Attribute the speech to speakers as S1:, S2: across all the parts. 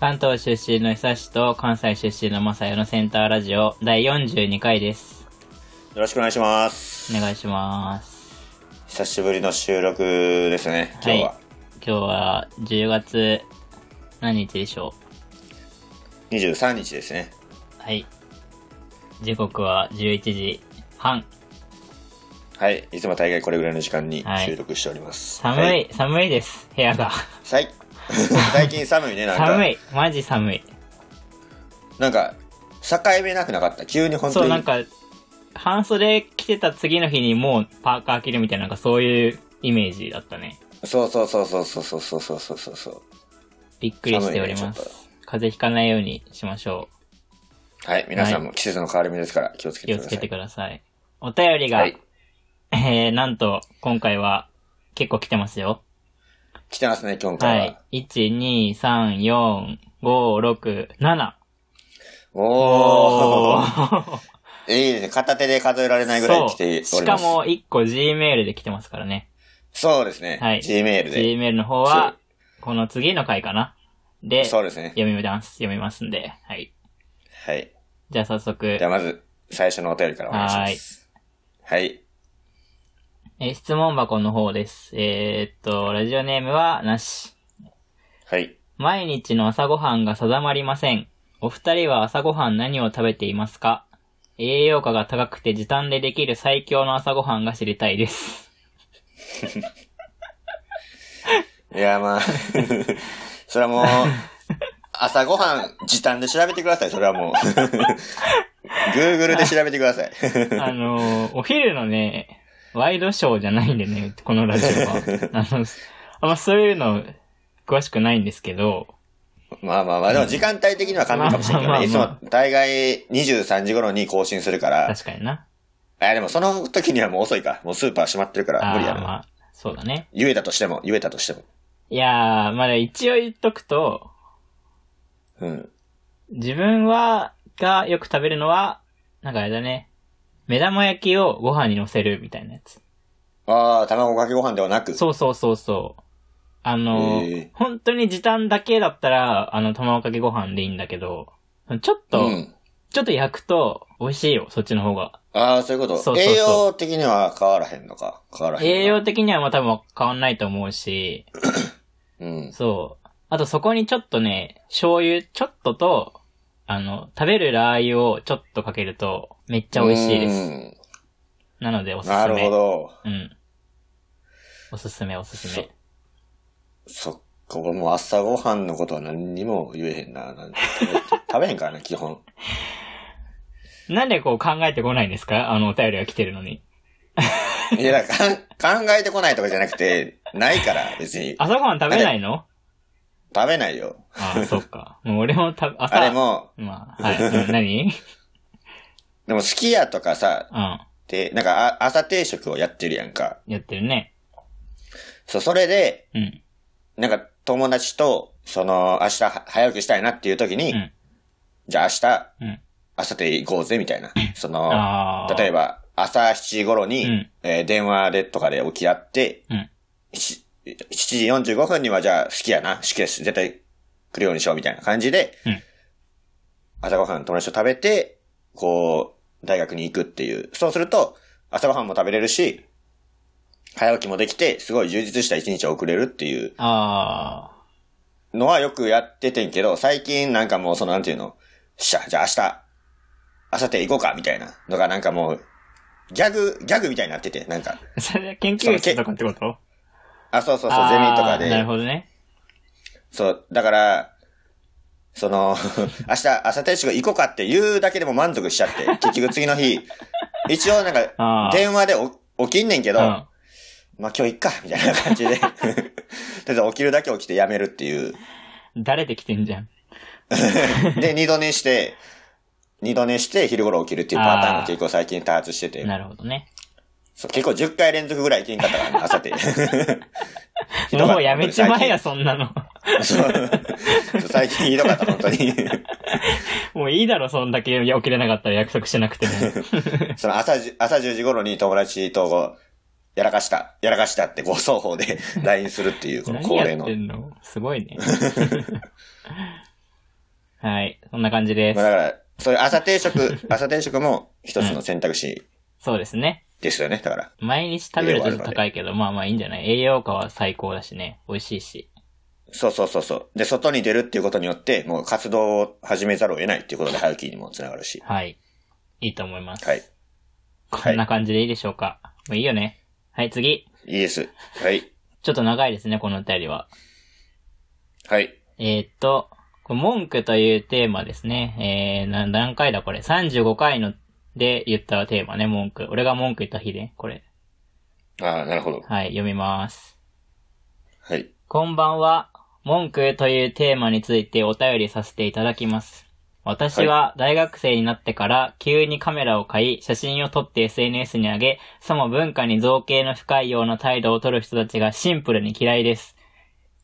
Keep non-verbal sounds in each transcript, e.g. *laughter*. S1: 関東出身の久志と関西出身の正代のセンターラジオ第42回です。
S2: よろしくお願いします。
S1: お願いします。
S2: 久しぶりの収録ですね、今日は。
S1: 今日は10月何日でしょ
S2: 23日ですね。
S1: うはい。時刻は11時半。
S2: はい。いつも大概これぐらいの時間に
S1: はい
S2: 収録しております。
S1: 寒い、
S2: はい。
S1: 寒いです、部屋が。
S2: さ
S1: *laughs*
S2: い最近寒いね、なんか。
S1: 寒い、マジ寒い。
S2: なんか、境目なくなかった。急に本当
S1: そう、
S2: に。
S1: なんか、半袖着てた次の日にもうパーカー着るみたいな、なんかそういうイメージだったね。
S2: そうそうそうそうそうそうそうそうそうそう。
S1: びっくりしておりま
S2: 寒いねちょ
S1: す。
S2: っと
S1: 風邪ひかないようにしましょう。
S2: はい。皆さんも季節の変わり目ですから気をつ
S1: 気
S2: けて
S1: を
S2: く
S1: つ
S2: ださ
S1: け
S2: い。
S1: てください。お便りが、
S2: はい。
S1: えー、なんと、今回は結構来てますよ。
S2: 来てますね、今回は。
S1: はい。1、2、3、4、5、6、7。
S2: おー。
S1: ー
S2: いいですね。片手で数えられないぐらい来ております。
S1: そうしかも、1個 Gmail で来てますからね。
S2: そうですね。
S1: はい
S2: Gmail で。
S1: Gmail の方
S2: そ
S1: は、この次の回かな。で、
S2: そう
S1: 読
S2: ですね。
S1: みます。読みますんで。はい。
S2: はい。
S1: じゃあ早速
S2: じゃ、あまず、最初のお便りからお願いします。はい。
S1: えー質問箱の方です。えーっと、ラジオネームはなし。
S2: はい。
S1: 毎日の朝ごはんが定まりません。お二人は朝ごはん何を食べていますか栄養価が高くて時短でできる最強の朝ごはんが知りたい
S2: *laughs*
S1: です。
S2: いや、まあ、 *laughs* それはもう、
S1: *laughs*
S2: 朝ごはん、時短で調べてください、それはもう。Google で調べてく
S1: *laughs*
S2: ださい。
S1: あのーお昼のね、ワイドショーじゃないんでね、このラジオ
S2: *laughs*
S1: は。あの、あんまそういうの詳しくないんですけど、
S2: まあまあまあ、でも時間帯的には完璧かもしれないけど
S1: まあまあ
S2: ね
S1: まあ。
S2: いつも大概23時頃に更新するから。
S1: 確かにな。
S2: あ、でもその時にはもう遅いか。もうスーパー閉まってるから無理や
S1: ーま
S2: な。
S1: あ、そうだね。
S2: 言えたとしても、言えたとしても。
S1: いやー、まだ一応言っとくと、
S2: うん。
S1: 自分は、がよく食べるのは、なんかあれだね。目玉焼きをご飯に乗せるみたいなやつ。
S2: ああ、卵かけご飯ではなく。
S1: そうそうそうそう。あの、
S2: へえ
S1: 本当に時短だけだったら、あの、卵かけご飯でいいんだけど、ちょっと、
S2: ん。
S1: ちょっと焼くと美味しいよ、そっちの方が。
S2: ああ、そういうこと。
S1: そうそうそう
S2: 栄養的には変わらへんのか。変わらへんのか。
S1: 栄養的にはまあ多分変わんないと思うし、
S2: うん。
S1: そう。あとそこにちょっとね、醤油ちょっとと、あの、食べるラー油をちょっとかけると、めっちゃ美味しいです。
S2: で
S1: なのでおすすめ。
S2: なるほど。
S1: うん。おすすめ、おすすめ。
S2: そっか、俺もう朝ごはんのことは何にも言えへんな。なんて *laughs* 食べ食べへんからな、基本。
S1: なんでこう考えてこないんですかあのお便りが来てるのに。
S2: いや、だからかん考えてこないとかじゃなくて、ないから、別に。
S1: 朝ごはん食べないの
S2: *laughs* 食べないよ。
S1: ああ、そっか。もう俺もた朝。
S2: あれも、
S1: まあ、はい。
S2: *laughs*
S1: うん、何
S2: でも、すき家とかさ、
S1: うん。
S2: で、なんか、あ朝定食をやってるやんか。
S1: やってるね。
S2: そう、それで、
S1: うん。
S2: なんか、友達と、その、明日は早起きしたいなっていう時に、
S1: うん
S2: じゃあ明日、
S1: うん。
S2: 朝で行こうぜ、みたいな。その、
S1: ああ。
S2: 例え
S1: ば。
S2: ば、朝7時頃に、
S1: うん
S2: えー電話でとかで起き合って、
S1: うん。
S2: し7時45分にはじゃあ好きやな、好きやし、絶対来るようにしようみたいな感じで、
S1: うん
S2: 朝ごはん友達と食べて、こう、大学に行くっていう。そうすると、朝ごはんも食べれるし、早起きもできて、すごい充実した一日を送れるっていう
S1: ああ。
S2: のはよくやっててんけど、最近なんかもうそのなんていうの、しゃ、じゃあ明日、明後日行こうかみたいなのがなんかもう、ギャグ、ギャグみたいになってて、なんか、
S1: それ研究室とかってこと
S2: あ、そうそうそう、ゼミとか
S1: あ
S2: で
S1: ーなるほどね。
S2: そう、だから、その、 *laughs* 明日、朝定食行こうかって言うだけでも満足しちゃ
S1: *laughs*
S2: って、結局次の日、一応なん
S1: あ
S2: か、
S1: ー
S2: 電話でお起きんねんけ
S1: う
S2: ど、
S1: ん。
S2: まあ今日いっか、みたいな感じで、と *laughs* りあえず起きるだけ起きてやめるっていう。
S1: だれてきてんじゃん。
S2: で、二度寝して、二度寝して昼頃起きるっていうパターンが結構最近多発してて、
S1: なるほどね。
S2: そう結構10回連続ぐらい行けんかったからね、朝
S1: *laughs*
S2: 定。ひどかった
S1: もうやめちまえや、そんなの。
S2: そうそう最近ひどかった、本当に。 *laughs*
S1: もういいだろ、そんだけ起きれなかったら約束しなくても。
S2: その朝じ、朝10時頃に友達とこう、やらかした、やらかしたって、こう、双 *laughs* 方で LINE するっていう、この
S1: 何
S2: 恒例
S1: やっ
S2: の
S1: て。んのすごいね。 *laughs* はい。そんな感じで
S2: まあだ
S1: す。
S2: から、そういう朝定食、朝定食も一つの選択肢
S1: そうですね。
S2: ですよね、だから。
S1: 毎日食べるとちょっと高いけど、まあまあいいんじゃない栄養価は最高だしね。美味しいし。
S2: そうそうそうそう。で、外に出るっていうことによって、もう活動を始めざるを得ないっていうことで、早起きにもつながるし。
S1: はい。いいと思います。
S2: はい。
S1: こんな感じでいいでしょうか。もういいよね。はい、次。
S2: いいです。はい。
S1: ちょっと長いですね、このお便りは。
S2: はい。
S1: えーっと、これ文句というテーマですね。えー、な何回だこれ。35回ので言ったテーマね、文句。俺が文句言った日ね、これ。
S2: ああ、なるほど。
S1: はい、読みます。
S2: はい。 *laughs*
S1: こんばんは。文句というテーマについてお便りさせていただきます。私は大学生になってから急にカメラを買い、写真を撮って SNS に上げ、そも文化に造形の深いような態度を取る人たちがシンプルに嫌いです。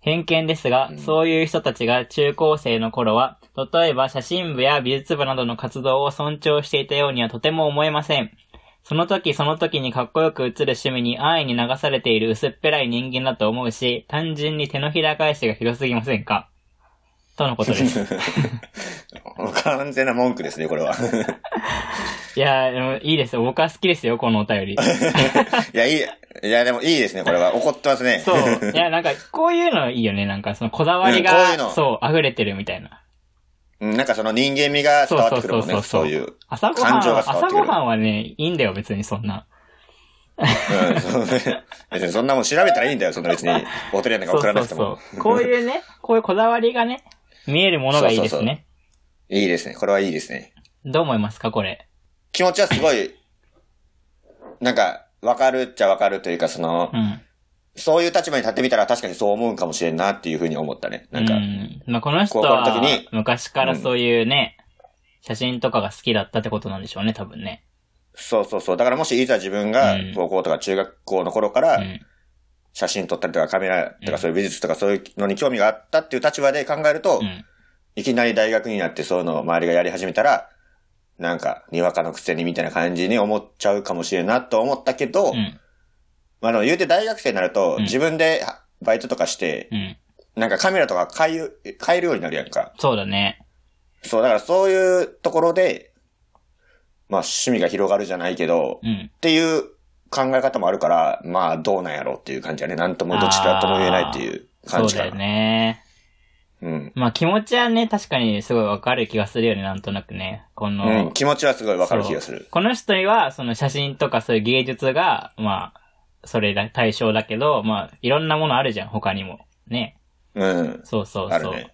S1: 偏見ですが、
S2: うん
S1: そういう人たちが中高生の頃は、例えば写真部や美術部などの活動を尊重していたようにはとても思えません。その時その時にかっこよく映る趣味に安易に流されている薄っぺらい人間だと思うし、単純に手のひら返しが広すぎませんかとのこと
S2: *laughs*
S1: です。
S2: 完全な文句ですね、これは。 *laughs*
S1: いやー、でもいいですよ。僕は好きですよ、このお便
S2: *laughs*
S1: り。
S2: いや、いい、いや、でもいいですね、これは。怒ってますね。
S1: そう。いや、なんか、こういうのいいよね。なんか、そのこだわり
S2: うんこうい
S1: が、
S2: うの
S1: そう、溢れてるみたいな。
S2: *laughs* うんなんかその人間味が伝わってくるもんね、
S1: そうそ
S2: そう
S1: そうそう
S2: ういう。
S1: 朝ごはん
S2: 感情が
S1: は、
S2: 伝わって
S1: 朝
S2: くる
S1: ごはんはね、いいんだよ、別にそんな。
S2: うん、そうね。別にそんなもん調べたらいいんだよ、そんな別に。お便りなんか
S1: そう
S2: 送ら
S1: そ
S2: な
S1: う
S2: くても。
S1: そう。こういうね、こういうこだわりがね、見えるものがいいです
S2: そうそう
S1: ね。
S2: いいですね、これはいいですね。
S1: どう思いますか、これ。
S2: 気持ちはすごい、なんか、わかるっちゃわかるというか、その、
S1: うん。
S2: そういう立場に立ってみたら確かにそう思うんかもしれんなっていうふうに思ったね。なんか、
S1: うんまあ、この人
S2: 高校の時
S1: は
S2: に、
S1: 昔からそういうね、写真とかが好きだったってことなんでしょうね、多分ね。
S2: そうそうそう。だからもしいざ自分が
S1: うん
S2: 高校とか中学校の頃か
S1: う
S2: ら
S1: ん。
S2: 写真撮ったりとかカメラと
S1: うん
S2: かそういう美術とかそういうのに興味があったっていう立場で考えると、
S1: うん。
S2: いきなり大学になってそういうのを周りがやり始めたら、なんか、にわかのくせにみたいな感じに思っちゃうかもしれんなと思ったけど、
S1: うん。
S2: まあでも言うて大学生になると
S1: うん
S2: 自分でバイトとかして、
S1: うん。
S2: なんかカメラとか買う、買えるようになるやんか。
S1: そうだね。
S2: そう、だからそういうところで、まあ趣味が広がるじゃないけど、
S1: う
S2: っ
S1: ん。
S2: ていう考え方もあるから、まあどうなんやろうっていう感じやね。なんともどっちかとも言えないっていう
S1: そ
S2: 感
S1: う
S2: じか
S1: だ
S2: な。
S1: よね。
S2: うん。
S1: まあ気持ちはね、確かにすごいわかる気がするよね、なんとなくね。この、
S2: うん、気持ちはすごいわかる気がす
S1: そう
S2: る。
S1: この人には、その写真とかそういう芸術が、まあ、それら対象だけど、まあ、いろんなものあるじゃん、他にも。ね。
S2: うん。
S1: そうそう
S2: あ
S1: そ
S2: る
S1: う。
S2: ね。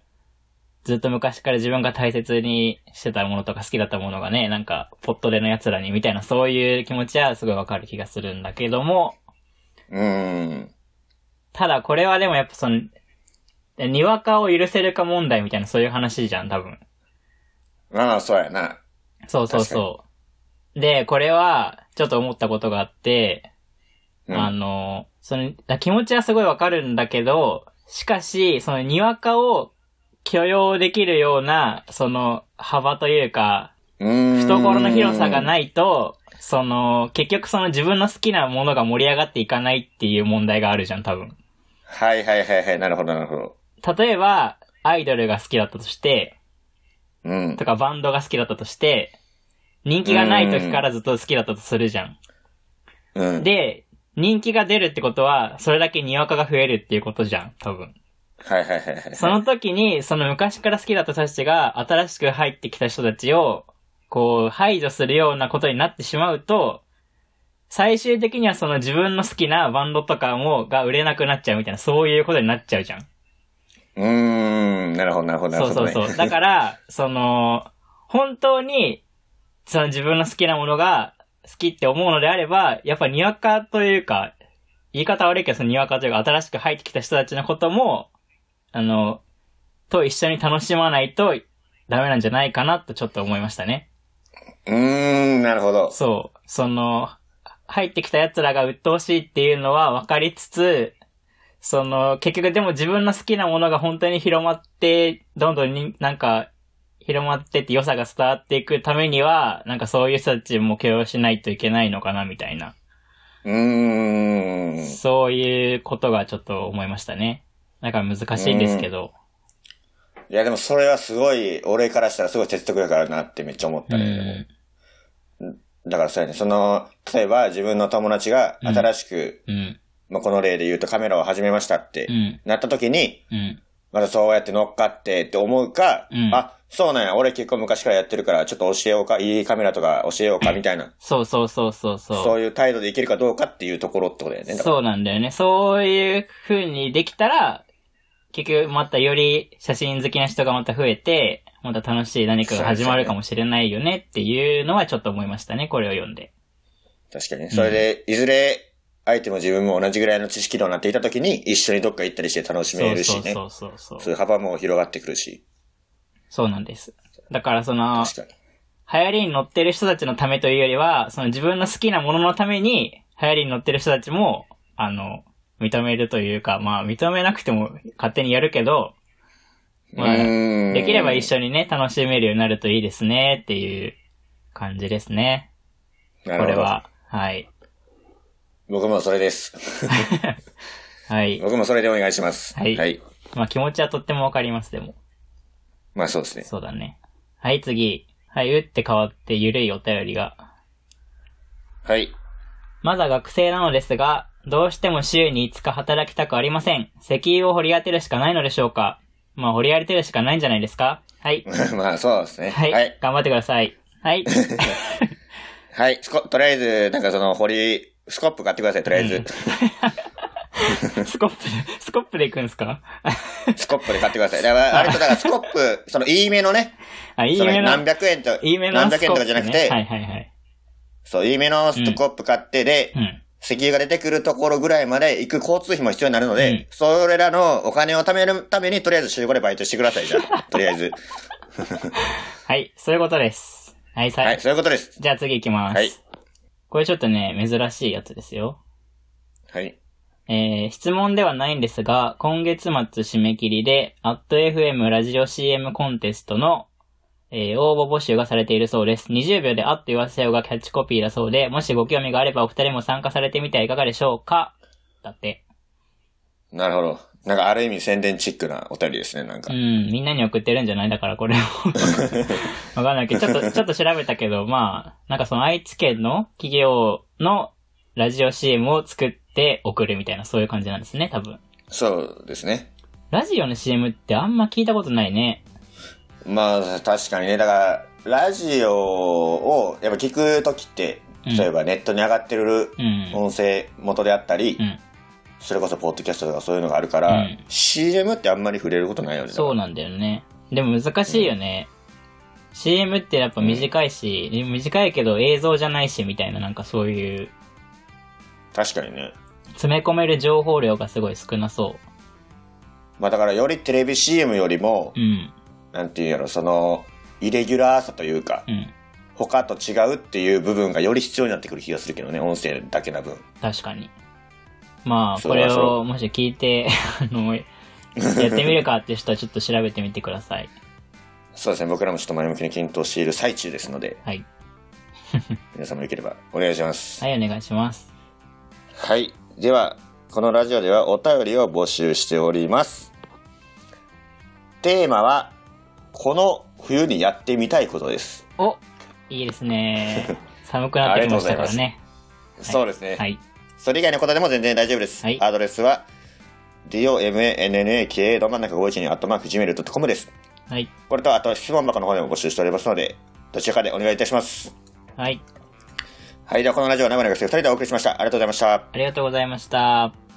S1: ずっと昔から自分が大切にしてたものとか好きだったものがね、なんか、ポットでの奴らにみたいな、そういう気持ちはすごいわかる気がするんだけども、
S2: うん。
S1: ただこれはでもやっぱその、にわかを許せるか問題みたいなそういう話じゃん、多分。
S2: まあそうやな。
S1: そうそうそう。で、これは、ちょっと思ったことがあって、
S2: う
S1: あ
S2: ん。
S1: の、その、だ気持ちはすごいわかるんだけど、しかし、その、にわかを許容できるような、その、幅というか、
S2: うん。。
S1: 懐の広さがないいと、その、結局その自分の好きなものが盛り上がっていかないっていう問題があるじゃん、多分。
S2: はいはいはいはい。なるほどなるほど。
S1: 例えば、アイドルが好きだったとして、
S2: うん
S1: と。かバンドが好きだったとして、人気がない時からずっと好きだったとするじゃん。
S2: うん。
S1: で、人気が出るってことは、それだけにわかが増えるっていうことじゃん、多分。
S2: はいはいはいはい。
S1: その時に、その昔から好きだった人たちが、新しく入ってきた人たちを、こう、排除するようなことになってしまうと、最終的にはその自分の好きなバンドとかも、が売れなくなっちゃうみたいな、そういうことになっちゃうじゃん。
S2: うーん。なるほどなるほどなる
S1: そう
S2: ほ
S1: そ
S2: ど
S1: う
S2: ね。
S1: そう。だから、その、本当に、その自分の好きなものが好きって思うのであれば、やっぱにわかというか、言い方悪いけど、そのにわかというか、新しく入ってきた人たちのことも、あの、と一緒に楽しまないとダメなんじゃないかなとちょっと思いましたね。
S2: うーん。なるほど。
S1: そう。その、入ってきた奴らが鬱陶しいっていうのは分かりつつ、その、結局でも自分の好きなものが本当に広まって、どんどんに、なんか、広まってって良さが伝わっていくためには、なんかそういう人たちも許容しないといけないのかな、みたいな。
S2: うーん。
S1: そういうことがちょっと思いましたね。なんか難しいんですけど。
S2: いや、でもそれはすごい、俺からしたらすごい説得力あるなってめっちゃ思ったね。
S1: ん。
S2: だからそうやね、その、例えば自分の友達が
S1: うん
S2: 新しく、
S1: うん。
S2: まあ、この例で言うとカメラを始めましたって、
S1: うん。
S2: なった時に、
S1: うん。
S2: またそうやって乗っかってって思うか、
S1: うん
S2: あ、そうなんや、俺結構昔からやってるから、ちょっと教えようか、いいカメラとか教えようかみたいな、
S1: そうそうそうそう
S2: そう
S1: そう。
S2: いう態度でいけるかどうかっていうところってことだよね。だから
S1: そうなんだよね。そういう風にできたら、結局またより写真好きな人がまた増えて、また楽しい何かが始まるかもしれないよねっていうのはちょっと思いましたね、これを読んで。
S2: 確かにね。それで、いずれ、相手も自分も同じぐらいの知識度になっていた時に、一緒にどっか行ったりして楽しめるしね。
S1: そうそうそう
S2: そ
S1: そう。
S2: いうう幅も広がってくるし。
S1: そうなんです。だからその、
S2: 確かに。
S1: 流行りに乗ってる人たちのためというよりは、その自分の好きなもののために、流行りに乗ってる人たちも、あの、認めるというか、まあ、認めなくても勝手にやるけど、まあ
S2: うん
S1: できれば一緒にね、楽しめるようになるといいですね、っていう感じですね。
S2: な
S1: こ
S2: るほど
S1: れは。はい。
S2: 僕もそれです。
S1: はい。
S2: 僕もそれでお願いします。
S1: はいまあ、気持ちはとってもわかります、でも。
S2: まあそうですね。
S1: そうだね。はい、次。はい、打って変わってゆるいお便りが。
S2: はい。 *laughs*
S1: まだ学生なのですが、どうしても週に5日働きたくありません。石油を掘り当てるしかないのでしょうかまあ、掘り当てるしかないんじゃないですかはい。
S2: まあそうですね。
S1: はい。
S2: はい。
S1: 頑張ってください。
S2: *laughs*
S1: はい。
S2: はい。スコとりあえず、なんかその、堀、スコップ買ってください、とりあえず。
S1: スコップで、スコップで行くんですか
S2: スコップで買ってくださ
S1: *laughs*
S2: い。だから、あれとだからスコップ、その、いいめのね、
S1: あ、いい
S2: その
S1: めの
S2: 何、百円と、
S1: いいめの
S2: 何
S1: スコップ、ね。
S2: 百円とかじゃなくて、
S1: はいはいはい。
S2: そう、いいめのスコップ買ってで、
S1: うん。
S2: 石油が出てくるところぐらいまで行く交通費も必要になるので、
S1: うん
S2: それらのお金を貯めるために、とりあえず週5でバイトしてくださ
S1: *laughs*
S2: い、じゃあ。とりあえず。
S1: はい、そういうことです。はい、さ、
S2: はい、そういうことです。
S1: じゃあ次行きます。
S2: はい
S1: これちょっとね、珍しいやつですよ。
S2: はい。
S1: えー質問ではないんですが、今月末締め切りで、アット FM ラジオ CM コンテストの、えー応募募集がされているそうです。20秒であっと言わせようがキャッチコピーだそうで、もしご興味があればお二人も参加されてみてはいかがでしょうかだって。
S2: なるほど。なんかある意味宣伝チックなお便りですね、なん
S1: う
S2: か。
S1: ん、みんなに送ってるんじゃないだからこれを。わかんないけど、ちょっと、ちょっと調べたけど、まあ、なんかその愛知県の企業のラジオ CM を作って送るみたいな、そういう感じなんですね、多分。
S2: そうですね。
S1: ラジオの CM ってあんま聞いたことないね。
S2: まあ確かにね、だから、ラジオをやっぱ聞くときって、
S1: うん
S2: 例えばネットに上がってる
S1: うん。
S2: 音声元であったり、
S1: うん
S2: それこそポッドキャストとかそういうのがあるから、
S1: うん
S2: CM ってあんまり触れることないよね。
S1: そうなんだよね。でも難しいよね。CM ってやっぱ短いし、短いけど映像じゃないしみたいななんかそういう
S2: 確かにね。
S1: 詰め込める情報量がすごい少なそ
S2: まあだからよりテレビ CM よりも
S1: う。う、ん。
S2: なんていうんやろ、その、イレギュラーさというか、
S1: うん。
S2: 他と違うっていう部分がより必要になってくる気がするけどね、音声だけな分。
S1: 確かに。まあ、
S2: そ
S1: こ
S2: れは
S1: れ
S2: そう
S1: をもし聞いて、 *laughs* あの、やってみるかっていう人はちょっと調べてみてください。
S2: そうですね、僕らもちょっと前向きに検討している最中ですので、
S1: はい。
S2: 皆さんもよければお願いします。
S1: はい、お願いします。
S2: はい。では、このラジオではお便りを募集しております。テーマは、この冬にやってみたいことです。
S1: おいいです
S2: *laughs*
S1: ね。寒くなってきましたからね。
S2: そうですね。
S1: はい。
S2: それ以外のことでも全然大丈夫です。
S1: はい
S2: アドレスは、domannaka ど真ん中512アットマーク gmail.com です。
S1: はい。
S2: これと、あと質問箱の方でも募集しておりますので、どちらかでお願いいたします。
S1: はい。
S2: はい。では、このラジオは名古屋の学生2人でお送りしました。ありがとうございました。
S1: ありがとうございました。